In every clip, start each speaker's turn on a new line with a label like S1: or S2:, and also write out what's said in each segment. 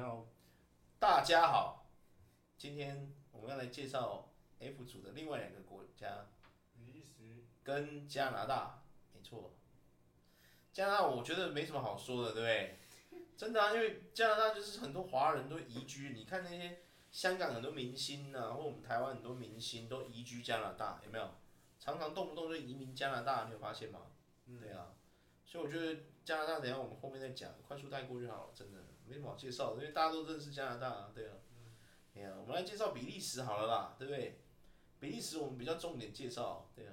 S1: 好，大家好，今天我们要来介绍 F 组的另外两个国家
S2: 比利时
S1: 跟加拿大，没错。加拿大我觉得没什么好说的，对不对？真的啊，因为加拿大就是很多华人都移居，你看那些香港很多明星啊，或我们台湾很多明星都移居加拿大，有没有？常常动不动就移民加拿大，你有发现吗？对啊，所以我觉得加拿大，等一下我们后面再讲，快速带过就好了，真的没什么好介绍的，因为大家都认识加拿大啊，对啊，哎呀、我们来介绍比利时好了啦，对不对？比利时我们比较重点介绍，对啊，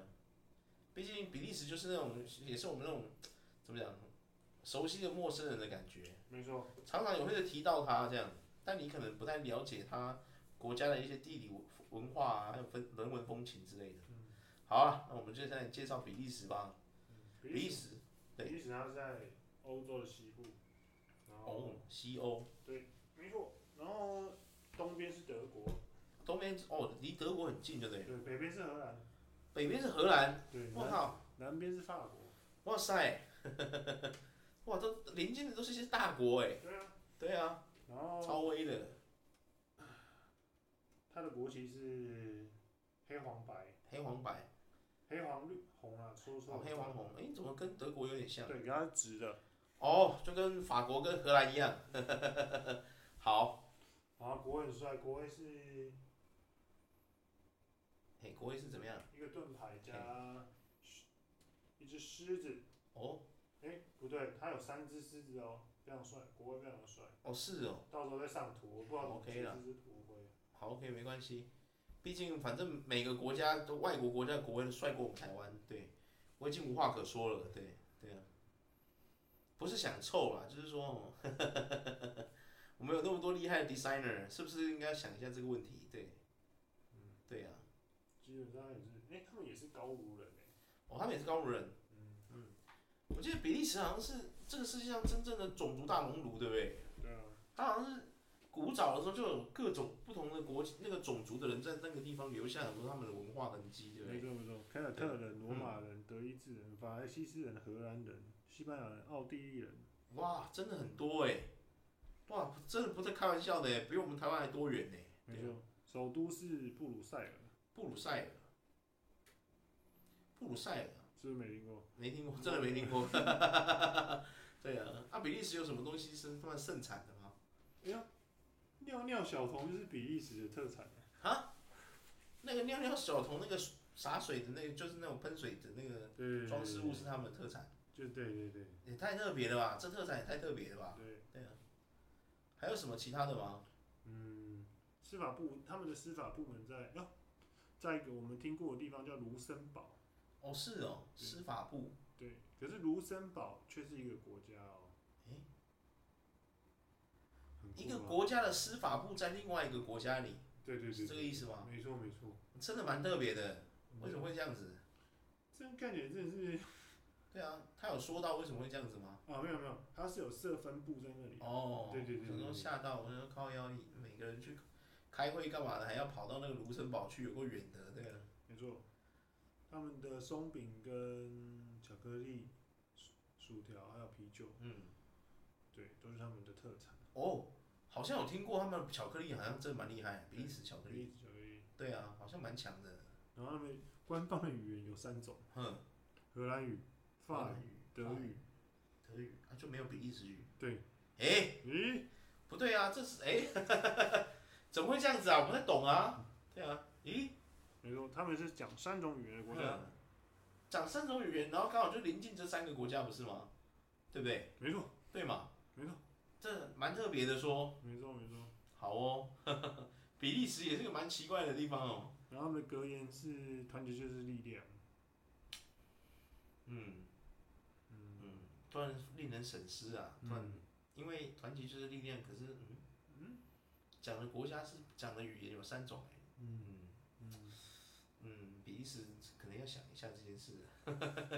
S1: 毕竟比利时就是那种也是我们那种怎么讲，熟悉的陌生人的感觉，
S2: 没错，
S1: 常常也会提到它这样，但你可能不太了解它国家的一些地理文文化啊，还有风人文风情之类的。好啊，那我们就现在介绍比利时吧，比
S2: 比
S1: 利
S2: 利
S1: 时。对
S2: 比利时它是在欧洲的西部，然后
S1: 哦，西欧
S2: 没错，然后东边是德国，
S1: 东边哦，离德国很近，对不对？哦
S2: 对，北边是荷兰，
S1: 北边是荷兰，
S2: 对，
S1: 我
S2: 南
S1: 靠，
S2: 南边是法国，
S1: 哇塞， 哇，都邻近的都是一些大国哎，
S2: 对啊，
S1: 对啊，
S2: 然后
S1: 超威的
S2: 它的国旗是黑黄白，
S1: 黑黄白，
S2: 黑黄绿红啊，说错
S1: 哦
S2: 了，
S1: 黑黄红，哎，怎么跟德国有点像？
S2: 对，它是直的，
S1: 哦，就跟法国跟荷兰一样， 好，
S2: 然后国徽很帅，国徽是
S1: 哎，国徽是怎么样？
S2: 一个盾牌加一只狮子，
S1: 哦，
S2: 哎，不对，它有三只狮子哦，非常帅，国徽非常帅。
S1: 哦是哦，
S2: 到时候再上图，我不知道怎么
S1: OK
S2: 去
S1: 啦
S2: 这支图会。
S1: 好，OK，没关系，毕竟反正每个国家都外国国家的国徽都帅过我们台湾，对我已经无话可说了，对对啊，不是想臭啦，就是说 哦，我们有那么多厉害的 designer，是不是应该想一下这个问题？对，
S2: 嗯，
S1: 对啊，
S2: 基本上也是，哎、他们也是高卢人哎、
S1: 哦，他们也是高卢人，
S2: 嗯，
S1: 我记得比利时好像是这个世界上真正的种族大熔炉，对不对？
S2: 对啊，
S1: 他好像是古早的时候就有各种不同的国那个种族的人在那个地方留下很多他们的文化痕迹，对不
S2: 没
S1: 对？
S2: 错没错，凯尔特人、罗马
S1: 嗯
S2: 人、德意志人、法莱西斯人、荷兰人、西班牙人、奥地利人，
S1: 哇，真的很多哎、哇，真的不在开玩笑的、欸，比我们台湾还多远呢、
S2: 没
S1: 对啊，
S2: 错，首都是布鲁塞尔，
S1: 布鲁塞尔，布鲁塞尔，
S2: 是不是没听过？
S1: 没听过，真的没听过。 对啊，那、比利时有什么东西是他们盛产的吗？
S2: 哎呀，尿尿小童就是比利时的特产，
S1: 那个尿尿小童那个洒水的那个，就是那种喷水的那个
S2: 对，
S1: 装饰物是他们的特产，
S2: 就对对对
S1: 也太特别了吧！这特产也太特别了吧！
S2: 对，
S1: 对啊，还有什么其他的吗？
S2: 嗯，司法部他们的司法部门在哦，在一个我们听过的地方叫卢森堡。
S1: 哦，是哦，
S2: 对
S1: 司法部，
S2: 对，可是卢森堡却是一个国家哦。
S1: 诶
S2: 很酷啊
S1: 一个
S2: 吧
S1: 国家的司法部在另外一个国家里，
S2: 对对
S1: 是
S2: 对
S1: 这个意思吗？
S2: 没错没错。
S1: 真的蛮特别的，
S2: 嗯
S1: 为什么会这样子？
S2: 这样看起来真的是
S1: 对啊，他有说到为什么会这样子吗？
S2: 啊，没有没有，它是有设分布在那里。
S1: 哦，
S2: 对对对对
S1: 想说吓到，我说靠腰，每个人去开会干嘛的，还要跑到那个卢森堡去，有够远的，对啊，
S2: 没错，他们的松饼跟巧克力、薯薯条还有啤酒，
S1: 嗯，
S2: 对，都是他们的特产。
S1: 哦，好像有听过他们的巧克力好像真的蛮厉害，比利时巧克
S2: 比
S1: 力，
S2: 利时巧克力。
S1: 对啊，好像蛮强的，
S2: 然后他们官方的语言有三种：
S1: 哼，
S2: 荷兰语、法语、
S1: 语、
S2: 德语。
S1: 德语，啊就没有比利时语，
S2: 对，
S1: 哎、
S2: 咦，
S1: 不对啊，这是哎、 怎么会这样子啊？我不太懂啊，对啊，咦，
S2: 没错，他们是讲三种语言的国家。
S1: 嗯讲三种语言，然后刚好就临近这三个国家，不是吗？对不对？
S2: 没错，
S1: 对嘛？
S2: 没错，
S1: 这蛮特别的说，
S2: 没错，没错。
S1: 好哦。 比利时也是个蛮奇怪的地方哦。
S2: 然后他们的格言是“团结就是力量
S1: 嗯”。
S2: 嗯，
S1: 嗯，突然令人省思啊，突然，
S2: 嗯
S1: 因为团结就是力量，可是嗯嗯，讲的国家是讲的语言有三种哎、
S2: 嗯
S1: 嗯
S2: 嗯，
S1: 嗯，比利时可能要想一下这件事。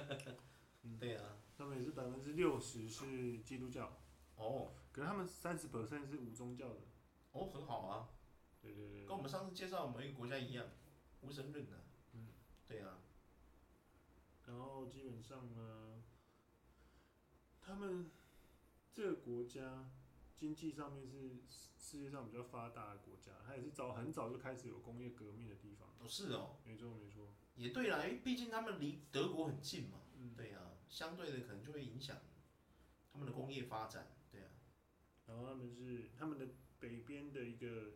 S2: 嗯
S1: 对啊，
S2: 他们也是百分之六十是基督教，
S1: 哦。
S2: 可是他们三十 percent 是无宗教的。
S1: 哦，很好啊，
S2: 对对对
S1: 跟我们上次介绍我们一个国家一样，无神论的、
S2: 嗯，
S1: 啊对啊，
S2: 然后基本上呢，他们这个国家经济上面是世界上比较发达的国家，它也是早很早就开始有工业革命的地方。
S1: 哦是哦，
S2: 没错没错，
S1: 也对啦，因为毕竟他们离德国很近嘛，
S2: 嗯，
S1: 对啊，相对的可能就会影响他们的工业发展，对啊，
S2: 然后他们是他们的北边的一个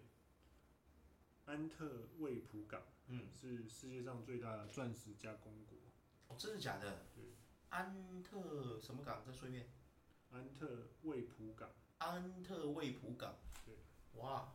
S2: 安特卫普港
S1: 嗯，
S2: 是世界上最大的钻石加工国，
S1: 哦真的假的
S2: 对？
S1: 安特什么港？再说一遍，
S2: 安特卫普港。
S1: 安特卫普港，
S2: 对，
S1: 哇，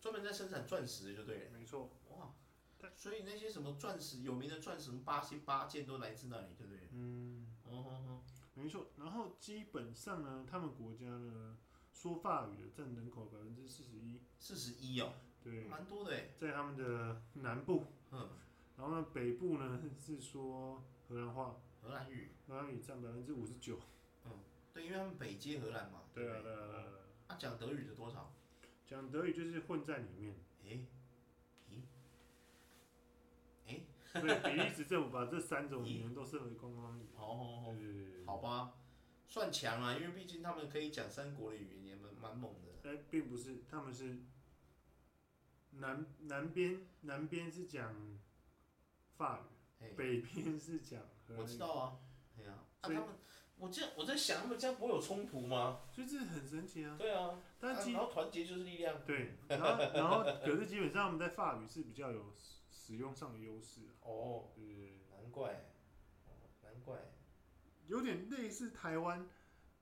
S1: 专门在生产钻石的就对了，
S2: 没错，
S1: 哇
S2: 但，
S1: 所以那些什么钻石有名的钻石，什么八仙八剑都来自那里，对不对了？
S2: 嗯，
S1: 哦哦
S2: 没错。然后基本上呢，他们国家呢说法语的占人口百分之四十一，
S1: 哦，四十一哦，
S2: 对，
S1: 蛮多的哎，
S2: 在他们的南部。
S1: 嗯，
S2: 然后呢，北部呢是说荷兰话，
S1: 荷兰语，
S2: 荷兰语占百分之五十九。
S1: 对，因为他们北接荷兰嘛，
S2: 对啊，
S1: 不
S2: 对啊，对啊。
S1: 那讲德语的多少？
S2: 讲德语就是混在里面，
S1: 诶，咦，诶，
S2: 所以比利时政府把这三种语言都设为官方语言。
S1: 好好
S2: 对
S1: 好，
S2: 对对对
S1: 哦好吧，算强啊，因为毕竟他们可以讲三国的语言，也蛮蛮猛的。
S2: 哎，并不是，他们是南南边南边是讲法语，
S1: 诶，
S2: 北边是讲荷
S1: 我
S2: 兰
S1: 知
S2: 语，
S1: 道啊，哎呀、啊，
S2: 所以
S1: 他们，我这我在想，他们这样不会有冲突吗？
S2: 所以这很神奇啊。
S1: 对啊，
S2: 但
S1: 啊
S2: 基
S1: 然后团结就是力量。
S2: 对，然后然后可是基本上他们在法语是比较有使使用上的优势啊。
S1: 哦，
S2: 对对对。
S1: 难怪，哦难怪，
S2: 有点类似台湾，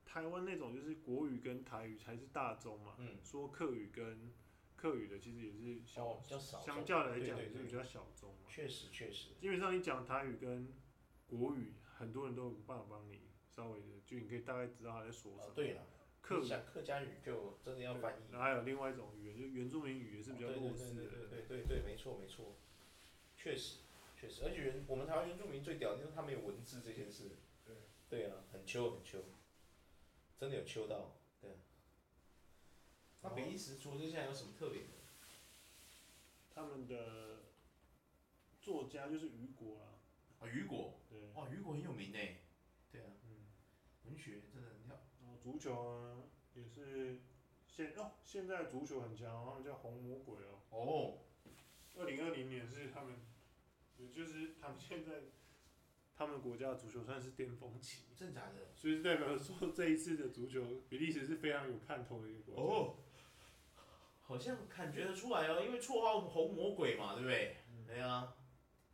S2: 台湾那种就是国语跟台语才是大宗嘛，
S1: 嗯，
S2: 说客语跟客语的其实也是小，
S1: 哦比较少
S2: 相较来讲
S1: 对对
S2: 也是
S1: 对
S2: 比较小宗嘛。
S1: 确实确实，
S2: 基本上你讲台语跟国语，很多人都有办法帮你稍微的，就你可以大概知道他在说什
S1: 啊
S2: 么。
S1: 对了，
S2: 客语，
S1: 讲客家语就真的要翻译
S2: 然。后还有另外一种语言，就原住民语言是比较弱势
S1: 哦对对
S2: 的。
S1: 对对对对对，没错没错，确实确实，而且原我们台湾原住民最屌的就是他们有文字这件事。
S2: 对。
S1: 对啊，很秋很秋，真的有秋到，对啊。那比利时除了这些还有什么特别的？
S2: 他们的作家就是雨果啊，
S1: 啊，雨果，
S2: 对，
S1: 哇，雨果很有名呢。对啊，
S2: 嗯。
S1: 文学真的很屌。
S2: 然后足球呢也是现哦，现在足球很强，哦他们叫红魔鬼哦。
S1: 哦，
S2: 二零二零年是他们，也就是他们现在他们国家的足球算是巅峰期，
S1: 真的假的？
S2: 所以代表说这一次的足球，比利时是非常有盼头的一个国家。，
S1: 哦。好像感觉得出来哦，因为绰号红魔鬼嘛，对不对？
S2: 嗯
S1: 对啊，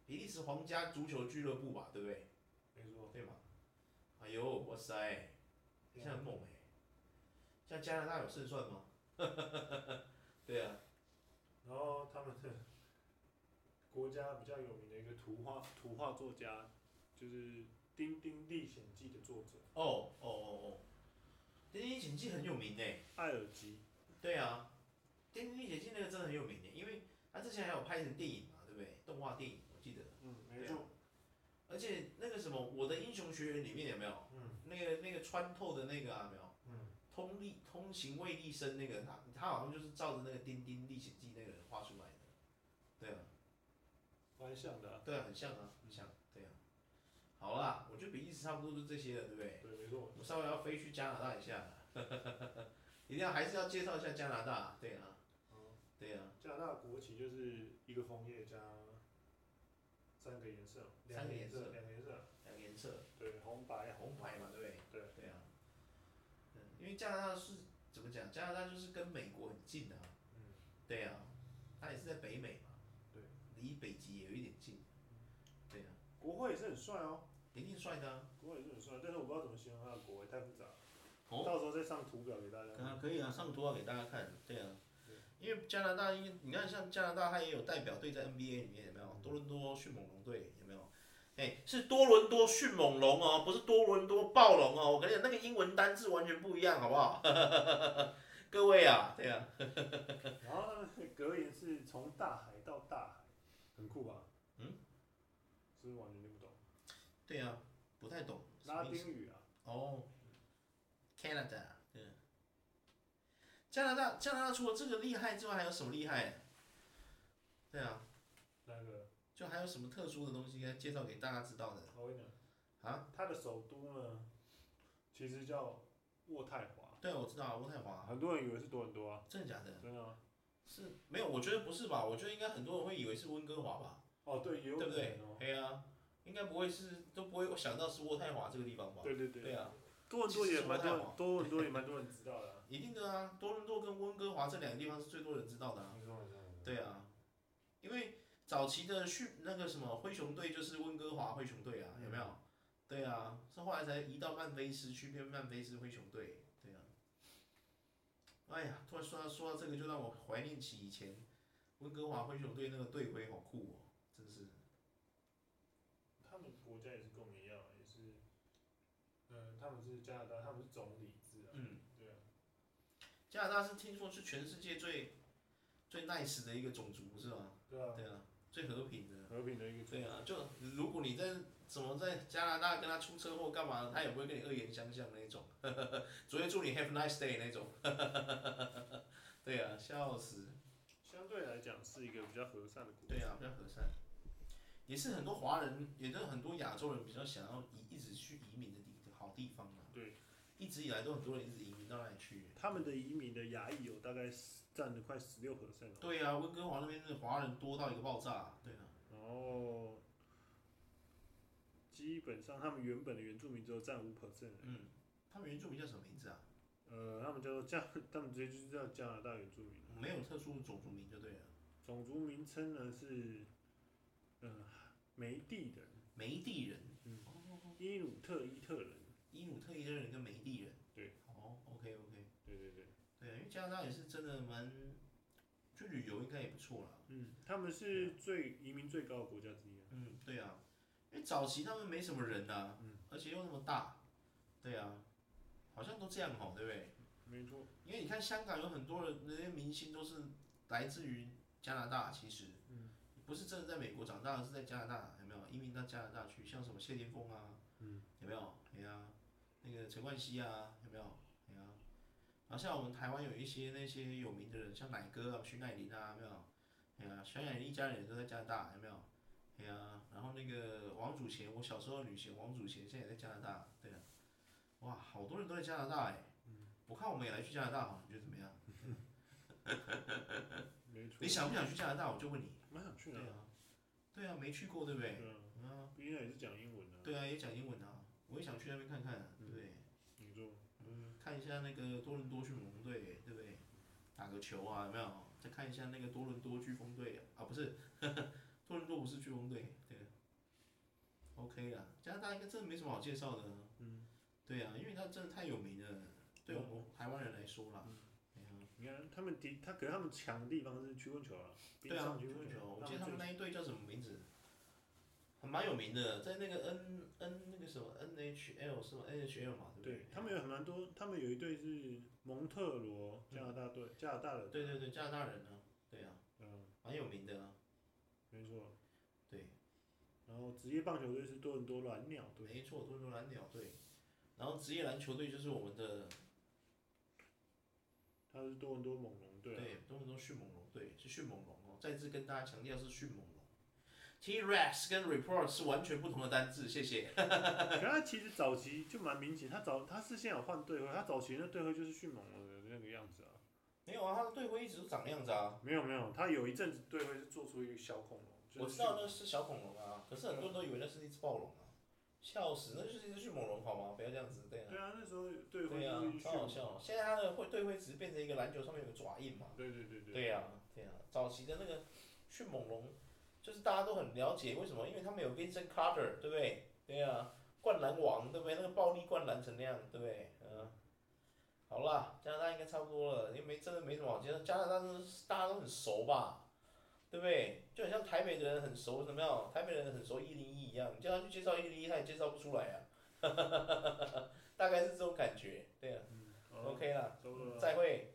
S1: 比利时皇家足球俱乐部吧，对不对？
S2: 没错，
S1: 对吗？哎呦，哇塞，这样很猛哎、像加拿大有胜算吗？ 对啊，
S2: 然后他们的国家比较有名的一个图画图画作家就是《丁丁历险记》的作者
S1: 哦哦哦哦，《丁丁历险记》很有名哎、
S2: 艾尔吉。
S1: 对啊，《丁丁历险记》那个真的很有名哎、因为他之前还有拍成电影嘛，对不对？动画电影我记得，
S2: 嗯，没
S1: 对啊
S2: 错。
S1: 而且那个什么《我的英雄学院》里面有没有
S2: 嗯
S1: 那个那个穿透的那个啊？有没有
S2: 嗯，
S1: 通力通行未立身那个他他好像就是照着那个《丁丁历险记》那个人画出来的，对啊。
S2: 蛮像的啊、
S1: 对啊，很像啊，很像，对啊。好啦，我觉得比利时差不多就这些了，对不对？
S2: 对，没错。
S1: 我稍微要飞去加拿大一下， 一定要还是要介绍一下加拿大，对啊，
S2: 嗯
S1: 对啊，
S2: 加拿大国旗就是一个枫叶加三个颜色，两
S1: 三个
S2: 颜
S1: 颜色
S2: 两个颜色，
S1: 两个颜色，
S2: 对，红白啊红。
S1: 红牌嘛，对不对？
S2: 对
S1: 对啊，嗯，因为加拿大是怎么讲？加拿大就是跟美国很近啊，
S2: 嗯，
S1: 对啊，它也是在北美嘛，
S2: 对，
S1: 离北极也有一点近，对啊，
S2: 国徽也是很帅哦，
S1: 一定帅的啊，
S2: 国徽也是很帅，但是我不知道怎么形容它的国徽，太复杂了。
S1: 哦，
S2: 到时候再上图表给大家看。
S1: 啊，可以啊，上图啊给大家看，对啊
S2: 对。
S1: 因为加拿大，因为你看像加拿大，它也有代表队在 NBA 里面有没有？多伦多迅猛龙队有没有？哎，是多伦多迅猛龙哦，不是多伦多暴龙哦。我跟你讲，那个英文单字完全不一样，好不好？ 各位啊，对啊，
S2: 然后它的格言是从大海到大海，很酷吧？
S1: 嗯，
S2: 是不是完全听不懂？
S1: 对啊，不太懂什
S2: 拉
S1: 么意思
S2: 丁语啊，
S1: 哦。Canada，嗯，加拿大，加拿大除了这个厉害之外，还有什么厉害？对啊，
S2: 那个
S1: 就还有什么特殊的东西该介绍给大家知道的
S2: 我跟你讲，
S1: 啊？
S2: 它的首都呢，其实叫渥太华，
S1: 对，啊我知道渥太华，
S2: 很多人以为是多伦多啊，
S1: 真的假的？
S2: 真的啊。
S1: 是没有，我觉得不是吧？我觉得应该很多人会以为是温哥华吧，
S2: 哦，对，也有
S1: 对
S2: 可
S1: 不对
S2: 能哦？。
S1: 对啊，应该不会是都不会想到是渥太华这个地方吧？
S2: 对对对，
S1: 对啊，
S2: 多伦多也蛮多
S1: 其实说太好
S2: 人，多伦多也蛮多人知道的啊。
S1: 一定的啊，多伦多跟温哥华这两个地方是最多人知 道的啊。
S2: 没错没错没错
S1: 对啊，因为早期的去那个什么灰熊队就是温哥华灰熊队啊，有没有？对啊，是后来才移到曼菲斯去，变曼菲斯灰熊队。对啊。哎呀，突然说到说到这个，就让我怀念起以前温哥华灰熊队那个队徽，好酷哦，真是。
S2: 他们国家也是跟我们一样啊，也是，嗯，他们是加拿大，他们是总理制啊，
S1: 嗯，
S2: 对啊，
S1: 加拿大是听说是全世界最最 nice 的一个种族是吧？
S2: 对啊，
S1: 对啊，最和平的。
S2: 和平的一个
S1: 对啊，就如果你在怎么在加拿大跟他出车祸干嘛，他也不会跟你恶言相向那种， 只会祝你 have a nice day 那种。 对啊，笑死。
S2: 相对来讲是一个比较和善的国家。
S1: 对啊，比较和善，也是很多华人，也就是很多亚洲人比较想要移一直去移民的地好地方嘛。
S2: 对，
S1: 一直以来都很多人一直移民到那里去。
S2: 他们的移民的牙裔有大概十占了快十六 percent 哦，
S1: 对啊，温哥华那边的华人多到一个爆炸。对啊，
S2: 然后基本上他们原本的原住民只有占五 percent，
S1: 嗯，他们原住民叫什么名字啊？
S2: 呃，他们叫做加，他们直接就是叫加拿大原住民了。
S1: 没有特殊的种族名就对了。
S2: 种族名称呢是，呃，梅地人、
S1: 梅地人。
S2: 嗯
S1: 哦
S2: 伊努特伊特人，
S1: 伊努特异的人跟梅地人。
S2: 对。
S1: 哦，OK OK，
S2: 对对对。
S1: 对，啊因为加拿大也是真的蛮，就旅游应该也不错啦。
S2: 嗯，他们是最移民最高的国家之一啊。
S1: 嗯，对啊，因为早期他们没什么人呐、
S2: 嗯
S1: 而且又那么大，对啊，好像都这样哦，对不对？
S2: 没错，
S1: 因为你看香港有很多人，那些明星都是来自于加拿大，其实，
S2: 嗯，
S1: 不是真的在美国长大，而是在加拿大，有没有移民到加拿大去？像什么谢霆锋啊，
S2: 嗯，
S1: 有没有？哎呀、那个陈冠希啊，有没有？哎呀、然后像我们台湾有一些那些有名的人，像奶哥啊、徐乃麟啊，有没有？哎呀、徐乃麟一家人也都在加拿大，有没有？哎呀、然后那个王祖贤，我小时候的女神王祖贤现在也在加拿大，对啊，哇，好多人都在加拿大哎、我看我们也来去加拿大好了，你觉得怎么样？
S2: 没错。
S1: 你想不想去加拿大？我就问你。
S2: 蛮想去
S1: 对
S2: 哪？
S1: 啊，对啊，没去过，对不对？
S2: 对啊，
S1: 啊，
S2: 毕竟也是讲英文啊。，
S1: 对啊，也讲英文啊，我也想去那边看看啊，对不对？
S2: 没错。
S1: 嗯，看一下那个多伦多迅猛龙队，对不对？打个球啊，有没有？再看一下那个多伦多飓风队啊，不是， 多伦多不是飓风队，对。OK 啦，加拿大应该真的没什么好介绍的。啊
S2: 嗯，
S1: 对啊，因为它真的太有名了，对我们台湾人来说啦。对啊
S2: 你看他们的，他可是他们强的地方是曲棍球啊，冰
S1: 对啊，
S2: 上曲棍
S1: 球，我
S2: 他
S1: 记得
S2: 们
S1: 他们
S2: 最
S1: 那一队叫什么名字，很蛮有名的，在那个 N N 那个什么 N H L 是吗？N H L 嘛，对不
S2: 对他们有很蛮多，他们有一队是蒙特罗加拿大队，加拿大的。
S1: 对对对，加拿大人啊，对啊，
S2: 嗯，
S1: 蛮有名的啊，
S2: 没错。
S1: 对，
S2: 然后职业棒球队是多伦多蓝鸟队，
S1: 没错，多伦多蓝鸟队，然后职业篮球队就是我们的
S2: 他是多伦多猛龙队、啊。
S1: 对，多伦多迅猛龙队是迅猛龙哦。再次跟大家强调是迅猛龙。T Rex 跟 Report 是完全不同的单字，谢谢。
S2: 可是他其实早期就蛮明显，他早他是先有换队徽，他早期那队徽就是迅猛龙的那个样子啊。
S1: 没有啊，他的队徽一直都长那样子啊。
S2: 没有没有，他有一阵子队徽是做出一个小恐龙，就是、
S1: 我知道那是小恐龙啊，可是很多人都以为那是一只暴龙啊，笑死，那就是一只迅猛龙好吗？不要这样子，对啊，
S2: 对啊，那时候队徽
S1: 对啊
S2: 就是，迅
S1: 超好
S2: 猛
S1: 笑
S2: 龙。
S1: 哦。现在它的会队徽只是变成一个篮球上面有个爪印嘛，
S2: 对对对对。
S1: 对呀、对呀、早期的那个迅猛龙，就是大家都很了解为什么，因为他们有 Vincent Carter，对不对？对呀、灌篮王，对不对？那个暴力灌篮成那样，对不对？嗯、好啦，加拿大应该差不多了，因为没真的没什么好介绍。加拿大都是大家都很熟吧，对不对？就很像台北的人很熟怎么样？台北人很熟一零一一样，你叫他去介绍一零一，他也介绍不出来啊， 大概是这种感觉，对呀、啊
S2: 嗯好嗯
S1: OK 啦，
S2: 差不多了
S1: 再会。